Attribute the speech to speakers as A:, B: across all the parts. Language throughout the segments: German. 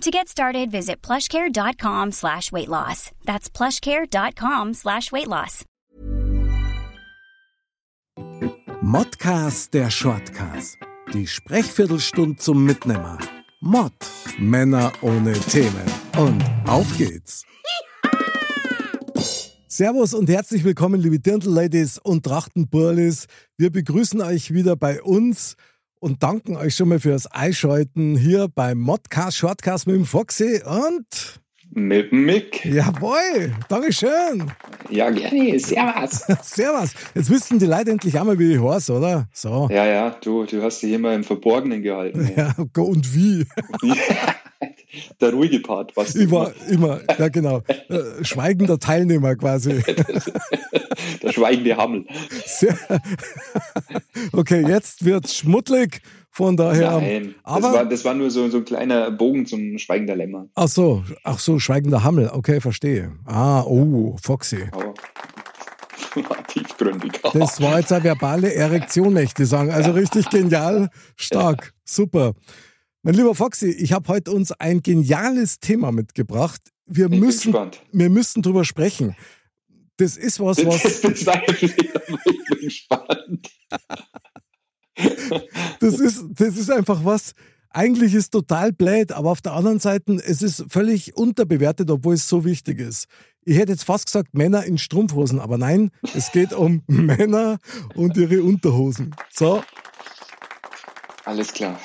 A: To get started, visit plushcare.com slash weight loss. That's plushcare.com slash weight loss.
B: Modcast der Shortcast. Die Sprechviertelstunde zum Mitnehmer. Mod. Männer ohne Themen. Und auf geht's. Servus und herzlich willkommen, liebe Dirndl-Ladies und Trachtenburlis. Wir begrüßen euch wieder bei uns und danken euch schon mal fürs Einschalten hier beim Modcast Shortcast mit dem Foxy und.
C: Mit dem Mick.
B: Jawohl, Dankeschön.
C: Ja, gerne. Servus.
B: Servus. Jetzt wissen die Leute endlich einmal, wie ich heiße, oder? So.
C: Ja, ja, du, du hast dich immer im Verborgenen gehalten.
B: Ja, und wie?
C: Der ruhige Part, was
B: Ich war immer, ja genau, äh, schweigender Teilnehmer quasi.
C: der schweigende Hammel.
B: Sehr- Okay, jetzt wird's schmuddelig, von daher.
C: Nein,
B: aber-
C: das, war, das war nur so, so ein kleiner Bogen zum Schweigender Lämmer.
B: Ach so, ach so, schweigender Hammel, okay, verstehe. Ah, oh, Foxy.
C: Aber war tiefgründig.
B: Das war jetzt eine verbale Erektion, möchte ich sagen. Also richtig genial, stark, super. Mein lieber Foxy, ich habe heute uns ein geniales Thema mitgebracht. Wir
C: ich
B: müssen,
C: bin gespannt.
B: wir müssen drüber sprechen. Das ist was,
C: Das,
B: was,
C: das, das war ich bin gespannt.
B: das ist, das ist einfach was. Eigentlich ist total blöd, aber auf der anderen Seite, es ist völlig unterbewertet, obwohl es so wichtig ist. Ich hätte jetzt fast gesagt Männer in Strumpfhosen, aber nein, es geht um Männer und ihre Unterhosen. So,
C: Alles klar.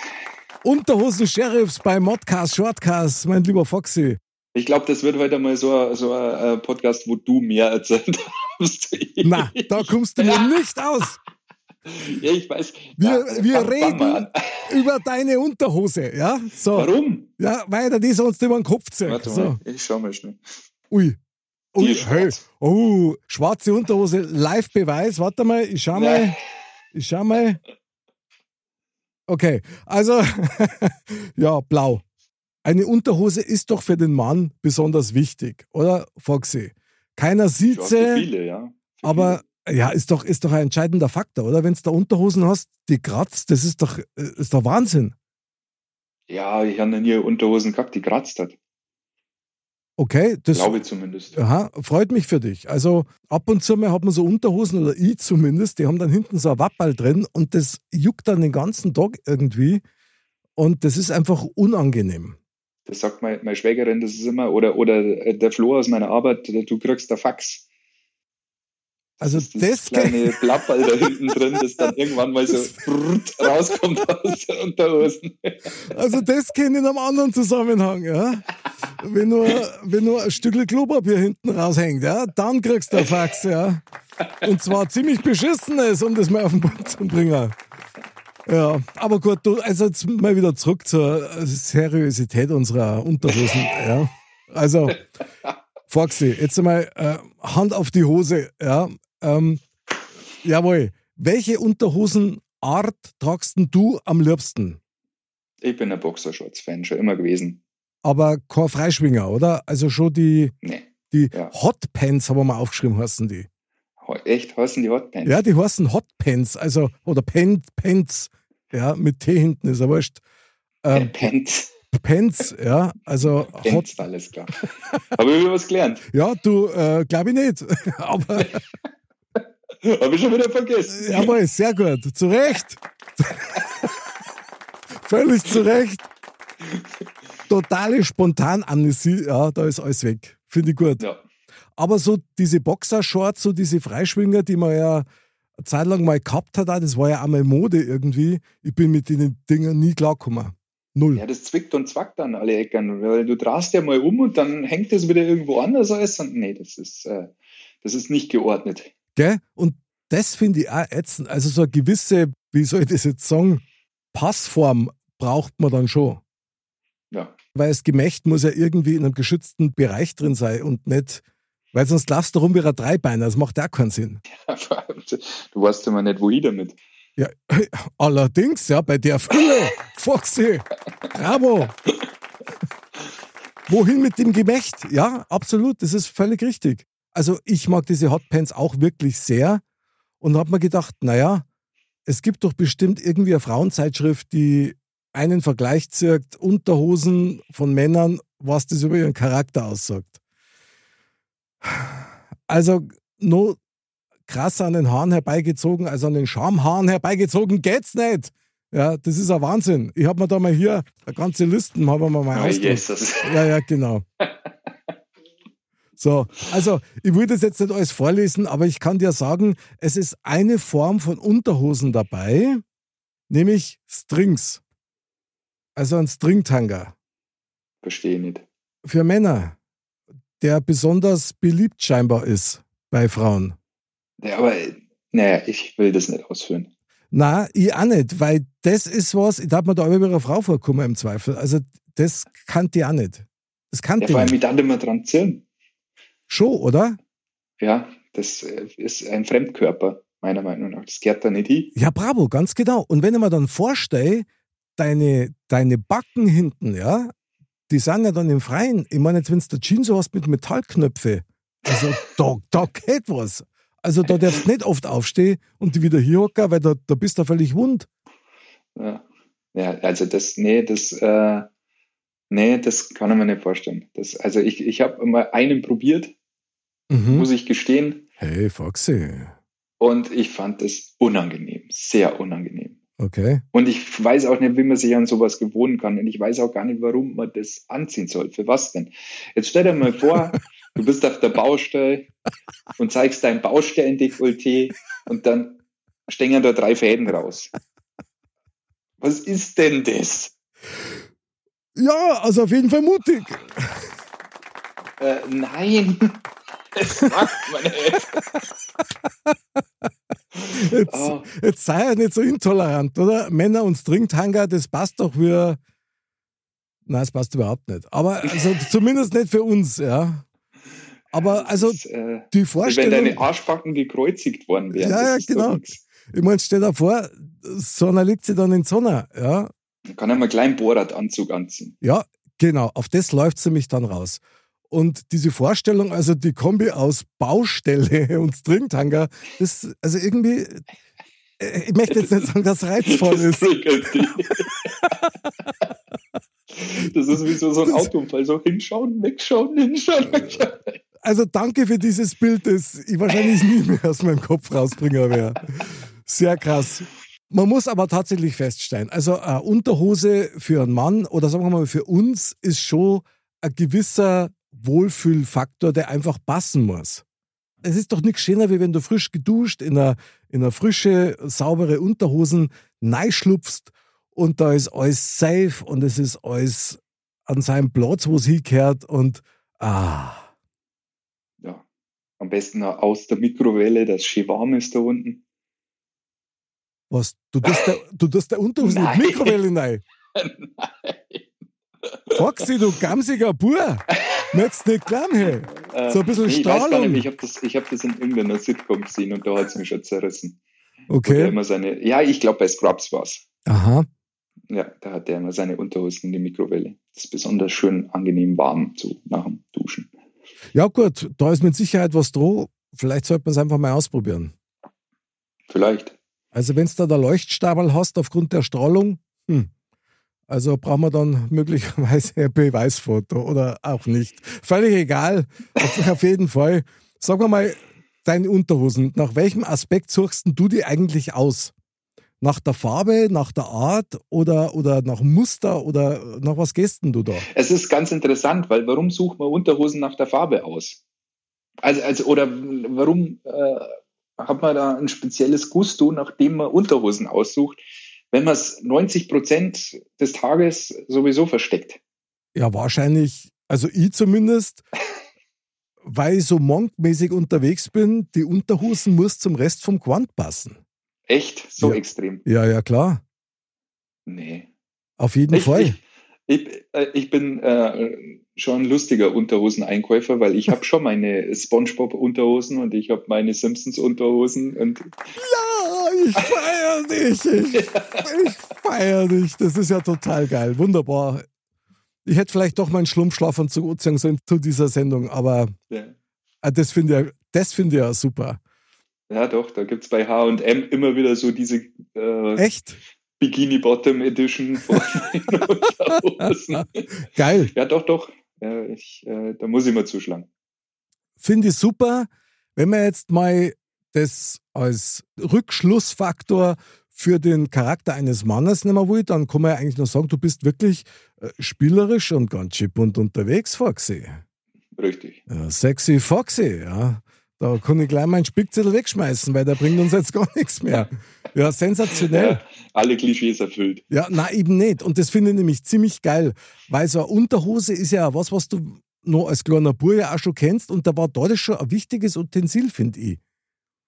B: Unterhosen-Sheriffs bei Modcast, Shortcast, mein lieber Foxy.
C: Ich glaube, das wird heute mal so, ein- so ein äh, Podcast, wo du mehr erzählt hast.
B: Na, da kommst du mir nicht aus.
C: Ja, ich weiß.
B: Wir,
C: Ja,
B: wir
C: fang- fang mal
B: reden
C: an.
B: über deine Unterhose, ja? So,
C: Warum?
B: ja, weiter, die sonst über den Kopf zieht.
C: Warte
B: So,
C: mal, ich schau mal schnell.
B: ui. Ui,
C: ist
B: hey.
C: schwarz.
B: Oh, schwarze Unterhose, Live-Beweis. Warte mal, ich schau mal.
C: Nein.
B: Ich schau mal. Okay, also, ja, blau. Eine Unterhose ist doch für den Mann besonders wichtig, oder, Foxy? Keiner sieht
C: Ja, für
B: sie,
C: viele, ja. Für
B: aber ja, ist doch, ist doch ein entscheidender Faktor, oder? Wenn du da Unterhosen hast, die kratzt, das ist doch, äh, ist doch Wahnsinn.
C: viele. Ja, ich habe nie Unterhosen gehabt, die kratzt hat.
B: Okay, das
C: Glaube ich zumindest.
B: aha, freut mich für dich. Also ab und zu mal hat man so Unterhosen oder ich zumindest, die haben dann hinten so ein Wappal drin und das juckt dann den ganzen Tag irgendwie und das ist einfach unangenehm.
C: Das sagt meine, meine Schwägerin, das ist immer, oder, oder äh, der Flo aus meiner Arbeit, der- du kriegst der Fax.
B: Also
C: Das ist
B: das,
C: das kleine Blappal da hinten drin, das dann irgendwann mal so brrrt rauskommt aus der Unterhosen.
B: Also das kenne ich in einem anderen Zusammenhang, ja. Wenn nur, wenn nur ein Stückchen Klopapier hinten raushängt, ja, dann kriegst du einen Fax, ja. Und zwar ziemlich beschissenes, um das mal auf den Punkt zu bringen. Ja, aber gut, du, also jetzt mal wieder zurück zur Seriosität unserer Unterhosen, ja. Also, Foxy, jetzt einmal äh, Hand auf die Hose, ja. Ähm, jawohl, welche Unterhosenart tragst denn du am liebsten?
C: Ich bin ein Boxershorts-Fan, schon immer gewesen.
B: aber kein Freischwinger, oder? Also schon die,
C: Nee.
B: die
C: Ja.
B: Hot Pants haben wir mal aufgeschrieben, heißen die.
C: Ho- Echt, heißen die Hotpants?
B: Ja, die heißen Hot Pants, also, oder Pen, Pants, ja, mit T hinten, ist ja wurscht. Ähm,
C: Pants.
B: Pants, ja, also Hot,
C: Pants, alles klar. Habe ich wieder was gelernt?
B: ja, du, äh, glaube ich nicht, aber
C: Habe ich schon wieder vergessen.
B: jawohl, sehr gut, zu Recht. Völlig zu Recht. Totale Spontanamnesie, ja, da ist alles weg. Finde ich gut.
C: ja.
B: Aber so diese Boxershorts, so diese Freischwinger, die man ja eine Zeit lang mal gehabt hat, auch, das war ja einmal Mode irgendwie. Ich bin mit den Dingern nie klargekommen. Null.
C: Ja, das zwickt und zwackt dann alle Ecken, weil du drast ja mal um und dann hängt es wieder irgendwo anders als. Und nee, das ist, äh, das ist nicht geordnet.
B: Gell? Und das finde ich auch ätzend. Also so eine gewisse, wie soll ich das jetzt sagen, Passform braucht man dann schon.
C: Ja,
B: Weil das Gemächt muss ja irgendwie in einem geschützten Bereich drin sein und nicht Weil sonst laufst du rum wie ein Dreibeiner, das macht auch keinen Sinn.
C: Vor allem, du weißt immer nicht, wohin damit.
B: Ja, allerdings, ja, bei der Fülle, Foxy, bravo. Wohin mit dem Gemächt? Ja, absolut, das ist völlig richtig. Also ich mag diese Hotpants auch wirklich sehr und habe mir gedacht, naja, es gibt doch bestimmt irgendwie eine Frauenzeitschrift, die einen Vergleich zirkt, Unterhosen von Männern, was das über ihren Charakter aussagt. Also no krasser an den Haaren herbeigezogen, also an den Schamhaaren herbeigezogen geht's nicht. Ja, das ist ein Wahnsinn. Ich habe mir da mal hier eine ganze Listen, haben wir mal
C: Oh,
B: ausgedruckt.
C: Jesus.
B: Ja, ja, genau. So, also ich würde das jetzt nicht alles vorlesen, aber ich kann dir sagen, es ist eine Form von Unterhosen dabei, nämlich Strings. Also ein Stringtanga
C: Verstehe nicht.
B: für Männer, der besonders beliebt scheinbar ist bei Frauen.
C: Ja, aber naja, ich will das nicht ausführen.
B: Na, ich auch nicht, weil das ist was, ich darf mir da über ihre Frau vorkommen im Zweifel. Also das kannte ich auch nicht. Das
C: Ja,
B: kannte
C: vor
B: ich
C: allem,
B: nicht.
C: ich darf immer dran zählen.
B: Schon, oder?
C: Ja, das äh, ist ein Fremdkörper, meiner Meinung nach. Das gehört da nicht hin.
B: Ja, bravo, ganz genau. Und wenn ich mir dann vorstelle, deine, deine Backen hinten, ja, die sind ja dann im Freien. Ich meine, jetzt, wenn du Jeans so hast mit Metallknöpfe, also da, da geht was. Also da darfst du nicht oft aufstehen und die wieder hier hocken, weil da, da bist du völlig wund.
C: Ja, ja also das, nee, das, äh, nee, das kann ich mir nicht vorstellen. Das, also ich, ich habe mal einen probiert,
B: Hm?
C: muss ich gestehen,
B: Hey, Foxy.
C: und ich fand das unangenehm, sehr unangenehm.
B: Okay.
C: Und ich weiß auch nicht, wie man sich an sowas gewöhnen kann. Und ich weiß auch gar nicht, warum man das anziehen soll. Für was denn? Jetzt stell dir mal vor, du bist auf der Baustelle und zeigst dein Baustellendekolleté und dann stehen da drei Fäden raus. Was ist denn das?
B: Ja, also auf jeden Fall mutig.
C: Äh, nein. Das macht man nicht.
B: Jetzt,
C: Oh,
B: jetzt sei ja nicht so intolerant, oder? Männer und Stringtanga, das passt doch für. Nein, es passt überhaupt nicht. Aber also, zumindest nicht für uns, ja. Aber also
C: das, ist, äh,
B: die
C: wenn deine
B: Vorstellung,
C: Arschbacken gekreuzigt worden wären.
B: Ja, ja,
C: das ist doch
B: genau.
C: nix.
B: ich meine, stell dir vor, Sonne liegt sie dann in Sonne, ja.
C: Dann kann er mal einen kleinen Borat-Anzug anziehen.
B: Ja, genau, auf das läuft sie mich dann raus. Und diese Vorstellung, also die Kombi aus Baustelle und Stringtanga, das, also irgendwie, äh, ich möchte jetzt nicht sagen, dass reizvoll
C: das
B: ist.
C: triggert die. Das ist wie so, so ein Autounfall. So hinschauen, wegschauen, hinschauen, wegschauen.
B: Also danke für dieses Bild, das ich wahrscheinlich nie mehr aus meinem Kopf rausbringen werde. Sehr krass. Man muss aber tatsächlich feststellen, also eine Unterhose für einen Mann oder sagen wir mal für uns ist schon ein gewisser Wohlfühlfaktor, der einfach passen muss. Es ist doch nichts schöner, wie wenn du frisch geduscht in einer in eine frische, saubere Unterhosen neischlupfst und da ist alles safe und es ist alles an seinem Platz, wo es hingehört und ah.
C: Ja. Am besten noch aus der Mikrowelle, dass es schön warm ist da unten.
B: Was? Du tust der, du tust der Unterhose in
C: Nein.
B: die Mikrowelle rein? Foxy, du gamsiger Bur. Möchtest nicht glauben, hey.
C: Äh,
B: So ein bisschen
C: ich weiß gar
B: Strahlung.
C: nicht, ich habe das, ich hab das in irgendeiner Sitcom gesehen und da hat es mich schon zerrissen. Wo der
B: Okay.
C: Immer seine, ja, ich glaube, bei Scrubs war es.
B: Aha.
C: Ja, da hat er immer seine Unterhosen in die Mikrowelle. Das ist besonders schön angenehm warm zu, nach dem Duschen.
B: Ja gut, da ist mit Sicherheit was dran. Vielleicht sollte man es einfach mal ausprobieren.
C: Vielleicht.
B: Also wenn da da Leuchtstabel hast aufgrund der Strahlung, hm. also brauchen wir dann möglicherweise ein Beweisfoto oder auch nicht. Völlig egal. Auf, auf jeden Fall. Sagen wir mal, deine Unterhosen, nach welchem Aspekt suchst denn du die eigentlich aus? Nach der Farbe, nach der Art oder, oder nach Muster oder nach was gehst denn du da?
C: Es ist ganz interessant, weil warum sucht man Unterhosen nach der Farbe aus? Also, also oder warum äh, hat man da ein spezielles Gusto, nachdem man Unterhosen aussucht, wenn man es 90 Prozent des Tages sowieso versteckt?
B: Ja, wahrscheinlich, also ich zumindest, weil ich so monkmäßig unterwegs bin, die Unterhosen muss zum Rest vom Quant passen.
C: Echt? So
B: Ja.
C: extrem?
B: Ja, ja, klar.
C: Nee.
B: Auf jeden
C: Ich,
B: Fall.
C: ich, Ich, äh, ich bin äh, schon ein lustiger Unterhoseneinkäufer, weil ich habe schon meine SpongeBob-Unterhosen und ich habe meine Simpsons-Unterhosen und
B: Ja, ich feier dich. Ich, ich feier dich. Das ist ja total geil. Wunderbar. Ich hätte vielleicht doch meinen Schlumpfschlafanzug anziehen sollen zu dieser Sendung, aber
C: ja,
B: äh, das finde ich, ja- das finde ich ja super.
C: ja doch, da gibt's bei H&M immer wieder so diese äh,
B: Echt?
C: Bikini Bottom Edition von den Unterhosen.
B: Geil.
C: Ja, doch, doch. Ja, ich, äh, da muss ich mal zuschlagen.
B: Finde ich super, wenn wir jetzt mal das als Rückschlussfaktor für den Charakter eines Mannes nehmen will, dann kann man ja eigentlich nur sagen, du bist wirklich äh, spielerisch und ganz schön bunt unterwegs, Foxy.
C: Richtig.
B: Ja, sexy Foxy, ja. Da kann ich gleich meinen Spickzettel wegschmeißen, weil der bringt uns jetzt gar nichts mehr. Ja, sensationell.
C: Ja, alle Klischees erfüllt.
B: Ja, na eben nicht. Und das finde ich nämlich ziemlich geil, weil so eine Unterhose ist ja was, was du noch als kleiner Bube auch schon kennst und da war dort schon ein wichtiges Utensil, finde ich.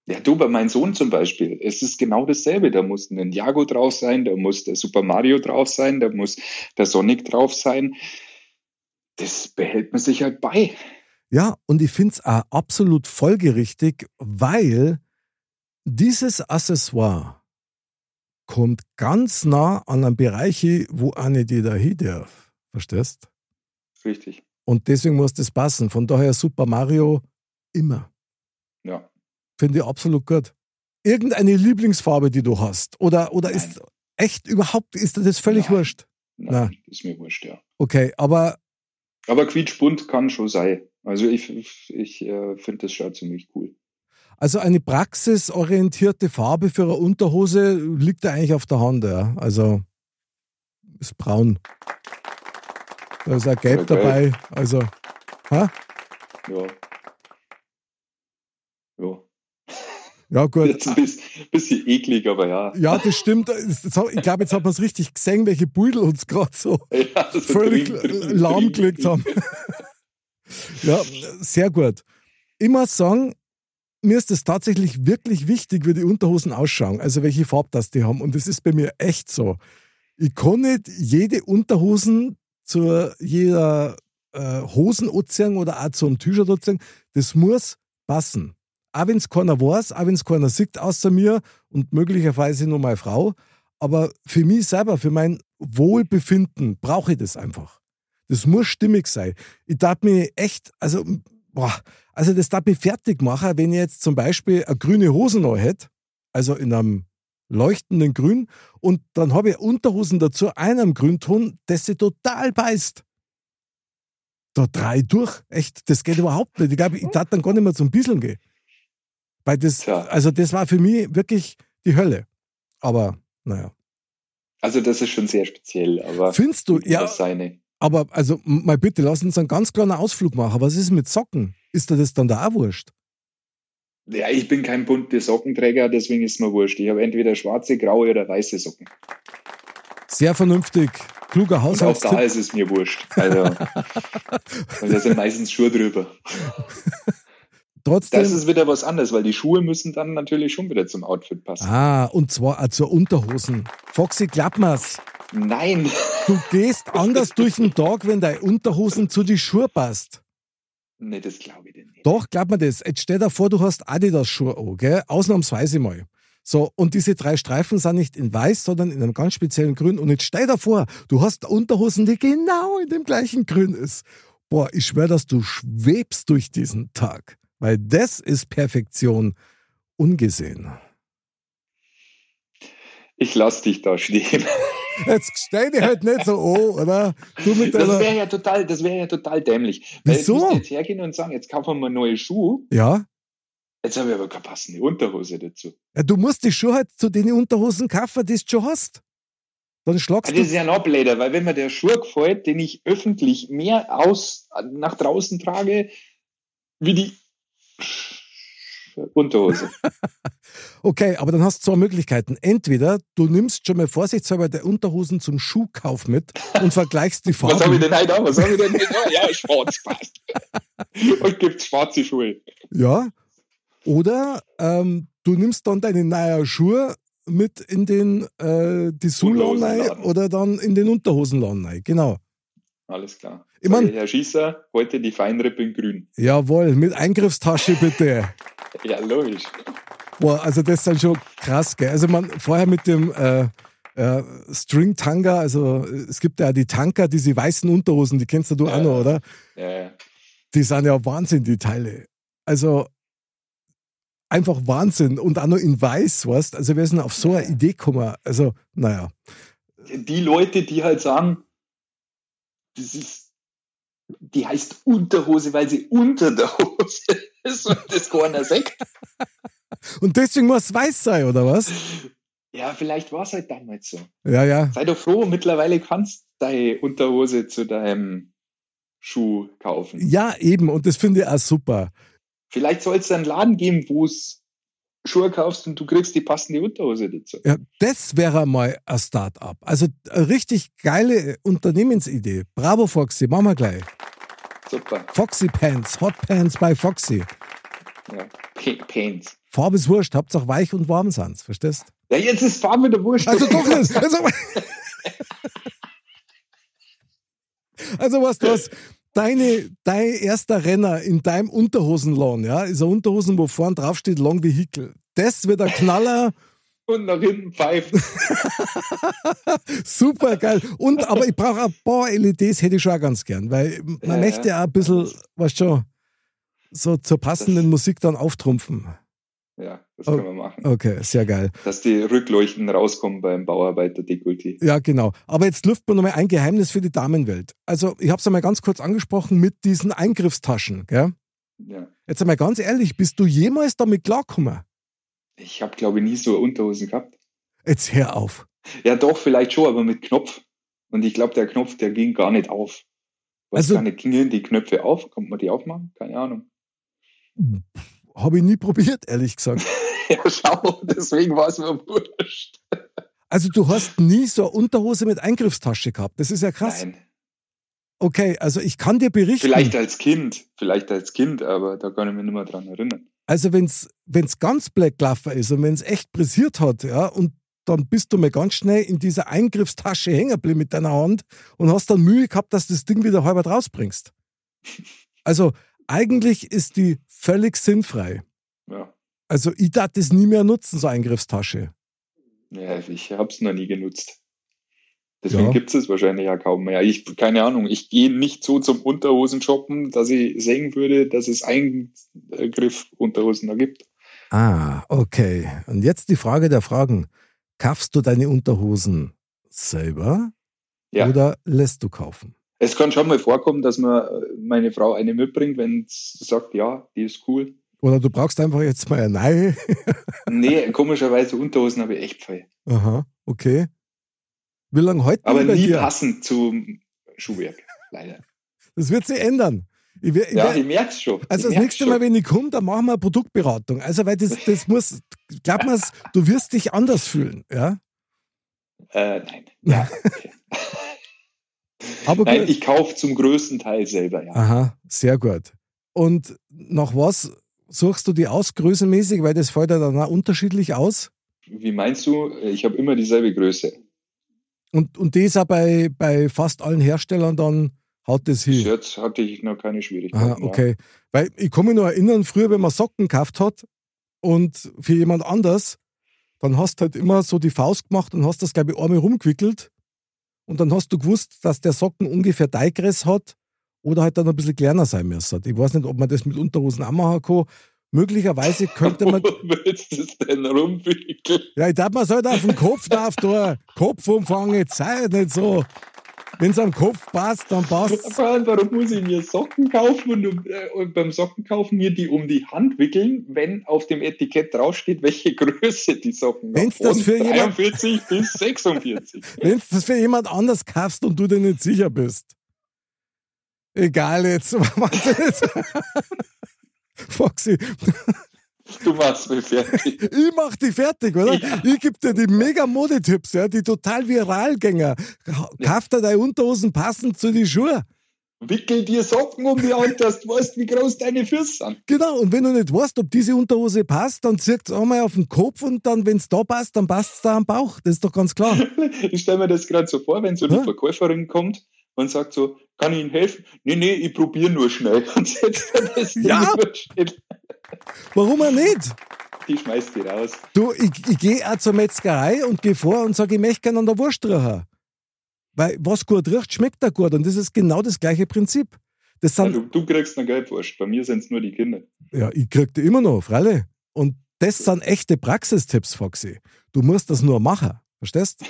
C: Ja, du, bei meinem Sohn zum Beispiel, es ist genau dasselbe. Da muss ein Ninjago drauf sein, da muss der Super Mario drauf sein, da muss der Sonic drauf sein. Das behält man sich halt bei.
B: Ja, und ich finde es auch absolut folgerichtig, weil dieses Accessoire kommt ganz nah an einen Bereich, hin, wo auch nicht jeder hin darf. Verstehst?
C: Richtig.
B: Und deswegen muss das passen. Von daher Super Mario immer.
C: Ja.
B: Finde ich absolut gut. Irgendeine Lieblingsfarbe, die du hast? Oder, oder
C: Nein.
B: ist echt überhaupt, ist dir das völlig
C: Nein.
B: wurscht?
C: Nein, ist mir wurscht, ja.
B: Okay, aber
C: Aber quietschbunt kann schon sein. Also ich, ich äh, finde das schon ziemlich cool.
B: also eine praxisorientierte Farbe für eine Unterhose liegt da eigentlich auf der Hand, ja. Also ist braun. Da ist auch gelb
C: Ja,
B: dabei.
C: geil.
B: Also,
C: Ja. Ja.
B: ja gut.
C: Jetzt ein bisschen, bisschen eklig, aber ja.
B: Ja, das stimmt. Jetzt hab- Ich glaube, jetzt hat man es richtig gesehen, welche Beutel uns gerade so
C: ja also so
B: völlig
C: drin, drin, drin.
B: lahmgelegt haben. ja, sehr gut. Ich muss sagen, mir ist es tatsächlich wirklich wichtig, wie die Unterhosen ausschauen, also welche Farbe das die haben. Und das ist bei mir echt so. Ich kann nicht jede Unterhosen zu jeder äh, Hosen anziehen oder auch zum T-Shirt anziehen. Das muss passen. Auch wenn es keiner weiß, auch wenn es keiner sieht außer mir und möglicherweise nur meine Frau, aber für mich selber, für mein Wohlbefinden brauche ich das einfach. Das muss stimmig sein. Ich darf mich echt, also, boah, also das darf mich fertig machen, wenn ich jetzt zum Beispiel eine grüne Hose noch hätte, also in einem leuchtenden Grün, und dann habe ich Unterhosen dazu, einem Grünton, das sie total beißt. Da drei durch, echt, das geht überhaupt nicht. Ich glaube, ich darf dann gar nicht mehr zum Bisseln gehen. Weil das,
C: Tja.
B: also das war für mich wirklich die Hölle. Aber naja.
C: Also das ist schon sehr speziell, aber
B: Findest du, ja,
C: das seine.
B: aber also m- mal bitte, lass uns einen ganz kleinen Ausflug machen. Was ist mit Socken? Ist dir das dann da auch wurscht?
C: Ja, ich bin kein bunter Sockenträger, deswegen ist mir wurscht. Ich habe entweder schwarze, graue oder weiße Socken.
B: Sehr vernünftig, kluger
C: Und auch da
B: Haushaltstipp.
C: ist es mir wurscht. Also, weil da sind meistens Schuhe drüber. Das
B: Trotzdem,
C: ist wieder was anderes, weil die Schuhe müssen dann natürlich schon wieder zum Outfit passen.
B: ah, und zwar auch zur Unterhosen. Foxy Klappmers,
C: Nein,
B: du gehst anders durch den Tag, wenn deine Unterhosen zu die Schuhe passt.
C: nee, das glaube ich dir nicht.
B: Doch, glaub mir das. Jetzt stell dir vor, du hast Adidas-Schuhe an, gell? Ausnahmsweise mal. So, und diese drei Streifen sind nicht in weiß, sondern in einem ganz speziellen Grün. Und jetzt stell dir vor, du hast Unterhosen, die genau in dem gleichen Grün ist. Boah, ich schwöre, dass du schwebst durch diesen Tag. Weil das ist Perfektion ungesehen.
C: Ich lasse dich da stehen.
B: Jetzt stell dir halt nicht so an, oder? Du mit
C: Das
B: deiner...
C: wäre ja total, das wäre ja total dämlich. Weil
B: Wieso?
C: Jetzt müsst ihr jetzt hergehen und sagen, jetzt kaufen wir mal neue Schuhe.
B: Ja?
C: Jetzt habe ich aber keine passende Unterhose dazu.
B: ja? Du musst die Schuhe halt zu den Unterhosen kaufen, die du schon hast. Dann
C: Aber
B: schlagst
C: das
B: du...
C: ist ja noch blöder, weil wenn mir der Schuh gefällt, den ich öffentlich mehr aus nach draußen trage, wie die Unterhose.
B: Okay, aber dann hast du zwei Möglichkeiten. Entweder du nimmst schon mal vorsichtshalber der Unterhosen zum Schuhkauf mit und vergleichst die
C: Was habe
B: Farben.
C: ich denn heute an? Was habe ich denn heute an? Ja, schwarz passt. Und gibt schwarze Schuhe.
B: Ja. Oder ähm, du nimmst dann deine neue Schuhe mit in den äh, die Sula
C: Unterhosenladen.
B: rein oder dann in den Unterhosenladen rein. Genau.
C: Alles klar.
B: Ich mein-
C: Sag Herr Schießer, heute die Feinrippen grün.
B: Jawohl, mit Eingriffstasche bitte.
C: Ja, logisch.
B: Boah, also das ist dann schon krass, gell? Also man vorher mit dem äh, äh, String Tanga, also äh, es gibt ja die Tanker, diese weißen Unterhosen, die kennst du
C: Ja.
B: auch noch, oder?
C: Ja, ja.
B: Die sind ja Wahnsinn, die Teile. Also einfach Wahnsinn und auch noch in weiß, weißt Also wer ist denn auf so eine Idee gekommen? Also, naja.
C: die Leute, die halt sagen, das ist, die heißt Unterhose, weil sie unter der Hose ist und das keiner sagt.
B: Und deswegen muss es weiß sein, oder was?
C: Ja, vielleicht war es halt damals so.
B: Ja, ja.
C: Sei doch froh, mittlerweile kannst du deine Unterhose zu deinem Schuh kaufen.
B: Ja, eben. Und das finde ich auch super.
C: Vielleicht soll es einen Laden geben, wo es Schuhe kaufst und du kriegst die passende Unterhose dazu.
B: Ja, das wäre mal ein Start-up. Also eine richtig geile Unternehmensidee. Bravo, Foxy. Machen wir gleich.
C: Super.
B: Foxy Pants, Hot Pants bei Foxy.
C: Ja. Pa- Pants.
B: Farbe ist wurscht, Hauptsache weich und warm sind's, verstehst?
C: Ja, jetzt ist Farbe der Wurscht.
B: Also doch nicht. Also, also weißt du was, deine, dein erster Renner in deinem Unterhosenlawn, ja, ist ein Unterhosen, wo vorn drauf steht Long Vehicle. Das wird ein Knaller,
C: Und nach hinten pfeifen.
B: super geil. Und aber ich brauche ein paar LEDs, hätte ich schon auch ganz gern, weil man
C: Ja,
B: möchte ja auch ein bisschen, weißt schon, so zur passenden Musik dann auftrumpfen.
C: Ja, das
B: Oh.
C: können wir machen.
B: Okay, sehr geil.
C: Dass die Rückleuchten rauskommen beim Bauarbeiter-Dekolleté.
B: Ja, genau. Aber jetzt lüften wir nochmal ein Geheimnis für die Damenwelt. Also, ich habe es einmal ganz kurz angesprochen mit diesen Eingriffstaschen. Gell?
C: Ja.
B: Jetzt einmal ganz ehrlich, bist du jemals damit klargekommen?
C: Ich habe, glaube ich, nie so Unterhosen gehabt.
B: Jetzt hör auf.
C: Ja, doch, vielleicht schon, aber mit Knopf. Und ich glaube, der Knopf, der ging gar nicht auf. Was
B: Also-
C: also, gar nicht, gingen die Knöpfe auf? Kommt man die aufmachen? Keine Ahnung.
B: Habe ich nie probiert, ehrlich gesagt.
C: Ja, schau, deswegen war es mir wurscht.
B: Also, du hast nie so eine Unterhose mit Eingriffstasche gehabt. Das ist ja krass.
C: Nein,
B: Okay, also ich kann dir berichten.
C: vielleicht als Kind, vielleicht als Kind, aber da kann ich mich nicht mehr dran erinnern.
B: Also, wenn's wenn's ganz Black Laffer ist und wenn's echt brisiert hat, ja, und dann bist du mal ganz schnell in dieser Eingriffstasche hängen geblieben mit deiner Hand und hast dann Mühe gehabt, dass du das Ding wieder halber rausbringst. Also, eigentlich ist die völlig sinnfrei.
C: Ja,
B: Also, ich darf das nie mehr nutzen, so Eingriffstasche.
C: ja also ich habe es noch nie genutzt. Deswegen
B: Ja.
C: gibt's es wahrscheinlich ja kaum mehr. Ich, keine Ahnung, ich gehe nicht so zum Unterhosen-Shoppen, dass ich sehen würde, dass es Eingriff Unterhosen da gibt.
B: Ah, okay. Und jetzt die Frage der Fragen. Kaufst du deine Unterhosen selber
C: Ja.
B: oder lässt du kaufen?
C: Es kann schon mal vorkommen, dass mir meine Frau eine mitbringt, wenn sie sagt, ja, die ist cool.
B: Oder du brauchst einfach jetzt mal eine neue.
C: Nee, komischerweise Unterhosen habe ich echt voll.
B: Aha, okay. Wie lange heute
C: Aber
B: bei
C: nie
B: dir?
C: passend zum Schuhwerk, leider.
B: Das wird sich ändern. Ich wär, ich
C: Ja,
B: wär,
C: ich merke es schon.
B: also
C: ich
B: das nächste Mal, wenn ich komme, dann machen wir eine Produktberatung. Also, weil das, das muss, glaub mir's, du wirst dich anders fühlen, ja?
C: Äh, nein. Ja, okay.
B: Aber
C: Nein,
B: gut.
C: ich kaufe zum größten Teil selber, ja.
B: Aha, sehr gut. Und nach was suchst du die aus, größenmäßig, weil das fällt ja dann auch unterschiedlich aus.
C: Wie meinst du? Ich habe immer dieselbe Größe.
B: Und, und die ist auch bei, bei fast allen Herstellern dann haut das hin.
C: Bis jetzt hatte ich noch
B: Hm.
C: keine
B: Ah,
C: Schwierigkeiten. ja.
B: okay. Weil ich kann mich noch erinnern, früher, wenn man Socken gekauft hat und für jemand anders, dann hast du halt immer so die Faust gemacht und hast das, glaube ich, einmal rumgewickelt. Und dann hast du gewusst, dass der Socken ungefähr Deigress hat oder halt dann ein bisschen kleiner sein müsste. Ich weiß nicht, ob man das mit Unterhosen auch machen kann. Möglicherweise könnte man.
C: Wo willst du es denn rumwickeln?
B: Ja, ich darf man halt auf den Kopf drauf tun. Kopfumfang, jetzt sei nicht so. Wenn es am Kopf passt, dann passt
C: Vor allem, Warum muss ich mir Socken kaufen und, um- äh, und beim Socken kaufen mir die um die Hand wickeln, wenn auf dem Etikett draufsteht, welche Größe die Socken
B: Wenn's das
C: Von
B: für jemand-
C: 43 bis 46.
B: Wenn du das für jemand anders kaufst und du dir nicht sicher bist. Egal jetzt. mach's jetzt. Foxy,
C: Du machst mich fertig.
B: ich mach die fertig, oder?
C: Ja.
B: Ich geb dir die mega Modetipps, ja, die total Viralgänger. Kauf dir deine Unterhosen passend zu die Schuhe.
C: Wickel dir Socken um die Hand, dass du weißt, wie groß deine Füße sind.
B: Genau, und wenn du nicht weißt, ob diese Unterhose passt, dann zirkt es einmal auf den Kopf und dann, wenn es da passt, dann passt es da am Bauch. Das ist doch ganz klar.
C: Ich stelle mir das gerade so vor, wenn so eine
B: Ja.
C: Verkäuferin kommt und sagt so, kann ich Ihnen helfen? Nee, nee, ich probiere nur schnell. Und setzt dann das Ding
B: Ja.
C: über den Schnitt.
B: Warum auch nicht?
C: Die schmeißt die raus.
B: Du, ich, ich gehe auch zur Metzgerei und gehe vor und sage, ich möchte gerne an der Wurst riechen. Weil was gut riecht, schmeckt da gut. Und das ist genau das gleiche Prinzip. Das
C: Ja,
B: sind,
C: du, du kriegst eine Gelbwurst. Bei mir sind es nur die Kinder.
B: ja, ich krieg die immer noch, freilich. Und das sind echte Praxistipps, Foxy. Du musst das nur machen, verstehst?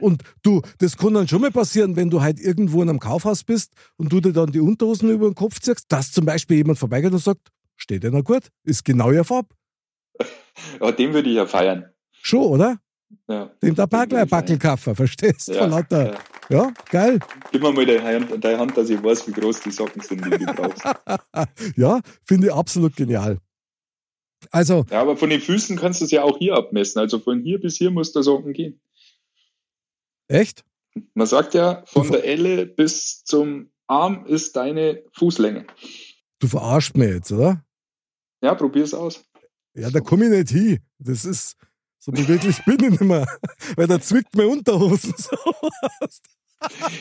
B: Und du, das kann dann schon mal passieren, wenn du halt irgendwo in einem Kaufhaus bist und du dir dann die Unterhosen über den Kopf ziehst, dass zum Beispiel jemand vorbeigeht und sagt, steht dir noch gut, ist genau ihr Farb.
C: Aber den würde ich ja feiern.
B: Schon, oder?
C: Ja.
B: Dem der Bagler
C: würde ich feiern.
B: Backelkaffer, verstehst? Ja,
C: Ja,
B: Von lauter.
C: ja.
B: Ja, geil.
C: Gib mir mal deine Hand, deine Hand, dass ich weiß, wie groß die Socken sind, die du brauchst.
B: Ja, finde ich absolut genial. Also,
C: Ja, aber von den Füßen kannst du es ja auch hier abmessen. Also von hier bis hier muss der Socken gehen.
B: echt?
C: Man sagt ja, von
B: Du ver-
C: der Elle bis zum Arm ist deine Fußlänge.
B: Du verarschst mich jetzt, oder?
C: Ja, probier's aus.
B: Ja, da komme ich nicht hin. Das ist, so beweglich bin ich nicht mehr. Weil da zwickt mir Unterhosen so.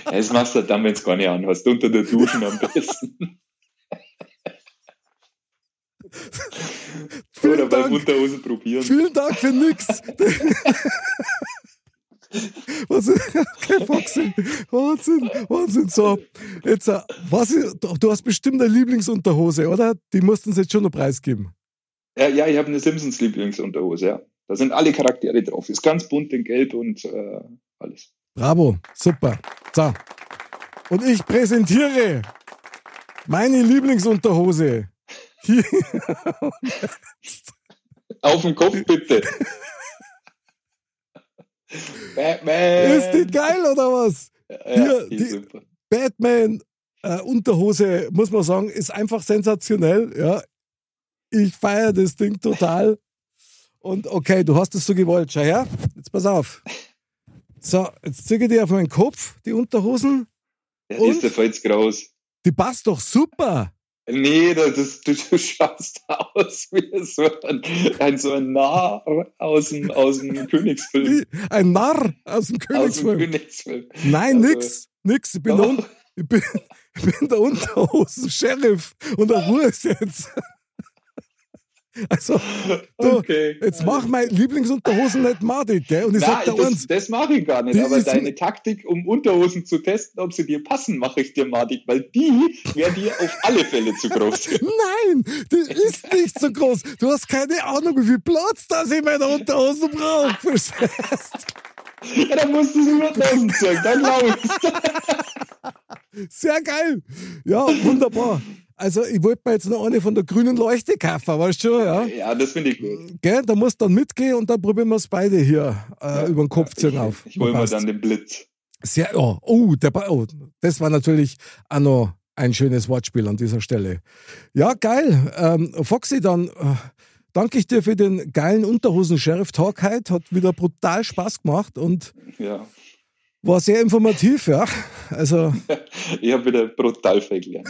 C: Ja, Das machst du halt dann, wenn es gar nicht anhast. Unter der Dusche am besten. Oder
B: Vielen
C: beim
B: Dank,
C: Unterhosen probieren.
B: vielen Dank für nix. Was ist, okay, Foxy. Wahnsinn, Wahnsinn. So, jetzt, äh, was ist, du du hast bestimmt eine Lieblingsunterhose, oder? Die mussten uns jetzt schon noch preisgeben.
C: Ja, ja ich habe eine Simpsons Lieblingsunterhose, ja. Da sind alle Charaktere drauf. Ist ganz bunt in Gelb und äh, alles.
B: Bravo, super. So. Und ich präsentiere meine Lieblingsunterhose. Hier,
C: Auf den Kopf, bitte. Batman.
B: ist die geil oder was?
C: Ja, die,
B: die-
C: ist super.
B: Batman äh, Unterhose, muss man sagen, ist einfach sensationell. Ja. Ich feiere das Ding total. Und okay, du hast es so gewollt. Schau her, jetzt pass auf. So, jetzt ziehe ich dir auf meinen Kopf die Unterhosen.
C: Ja, die
B: Und?
C: ist der Falz Graus.
B: Die passt doch super.
C: Nee, das ist, du, du schaust aus wie so ein, ein, so ein Narr aus dem, aus dem Königsfilm.
B: Wie ein Narr aus dem
C: Aus dem
B: Königsfilm.
C: Königsfilm.
B: Nein,
C: Also-
B: nix. Nix. Ich bin, der, Un- ich bin, ich bin der Unterhosen-Sheriff und der Ruhe ist jetzt. Also, du,
C: okay.
B: jetzt mach mein Lieblingsunterhosen nicht madig, gell? Und ich sag
C: Nein,
B: dir
C: das,
B: eins,
C: das mache ich gar nicht.
B: Die
C: Aber
B: ist-
C: deine Taktik, um Unterhosen zu testen, ob sie dir passen, mache ich dir, Madik, weil die wäre dir auf alle Fälle zu groß.
B: nein, die ist nicht so groß. Du hast keine Ahnung, wie viel Platz das in meiner Unterhose braucht. Verstehst?
C: ja, dann musst du sie mit Unterhosen zeigen, dann glaube ich.
B: Sehr geil. Ja, wunderbar. Also, ich wollte mir jetzt noch eine von der grünen Leuchte kaufen, weißt du schon, ja?
C: Ja, das finde ich gut.
B: Gell, da musst dann mitgehen und dann probieren wir es beide hier äh, über den Kopf ziehen auf.
C: Ich hole mir
B: Passt.
C: dann den Blitz.
B: Sehr, oh, oh, der, Ba- oh, das war natürlich auch noch ein schönes Wortspiel an dieser Stelle. Ja, geil. Ähm, Foxy, dann äh, danke ich dir für den geilen Unterhosen-Sheriff-Talk heute. Hat wieder brutal Spaß gemacht und
C: Ja.
B: war sehr informativ, ja. Also,
C: Ich habe wieder brutal vergelernt.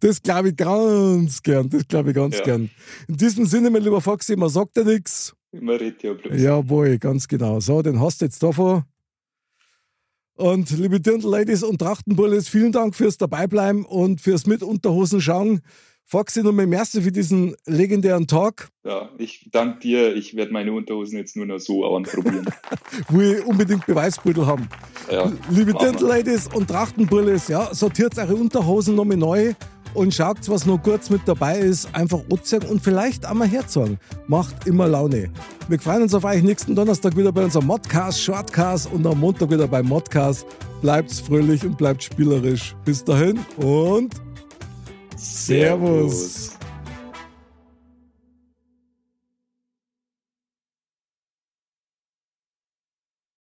B: das glaube ich ganz gern. Das glaube ich ganz
C: Ja.
B: gern. In diesem Sinne, mein lieber Foxy, man sagt ja nichts.
C: Immer redet ja bloß.
B: Jawohl, ganz genau. So, den hast du jetzt davon. Und liebe Dirndl-Ladies und Trachtenbullis, vielen Dank fürs Dabeibleiben und fürs Mitunterhosen schauen. Foxy, nochmal merci für diesen legendären Talk,
C: Ja, ich danke dir. Ich werde meine Unterhosen jetzt nur noch so anprobieren.
B: wo ich unbedingt Beweisbüttel haben.
C: Ja,
B: Liebe
C: machen wir.
B: Dirndl-Ladies und Trachtenbullis, ja, sortiert eure Unterhosen nochmal neu und schaut, was noch kurz mit dabei ist. Einfach anziehen und vielleicht einmal herzogen. Macht immer Laune. Wir freuen uns auf euch nächsten Donnerstag wieder bei unserem Modcast, Shortcast und am Montag wieder beim Modcast. Bleibt fröhlich und bleibt spielerisch. Bis dahin und Servus.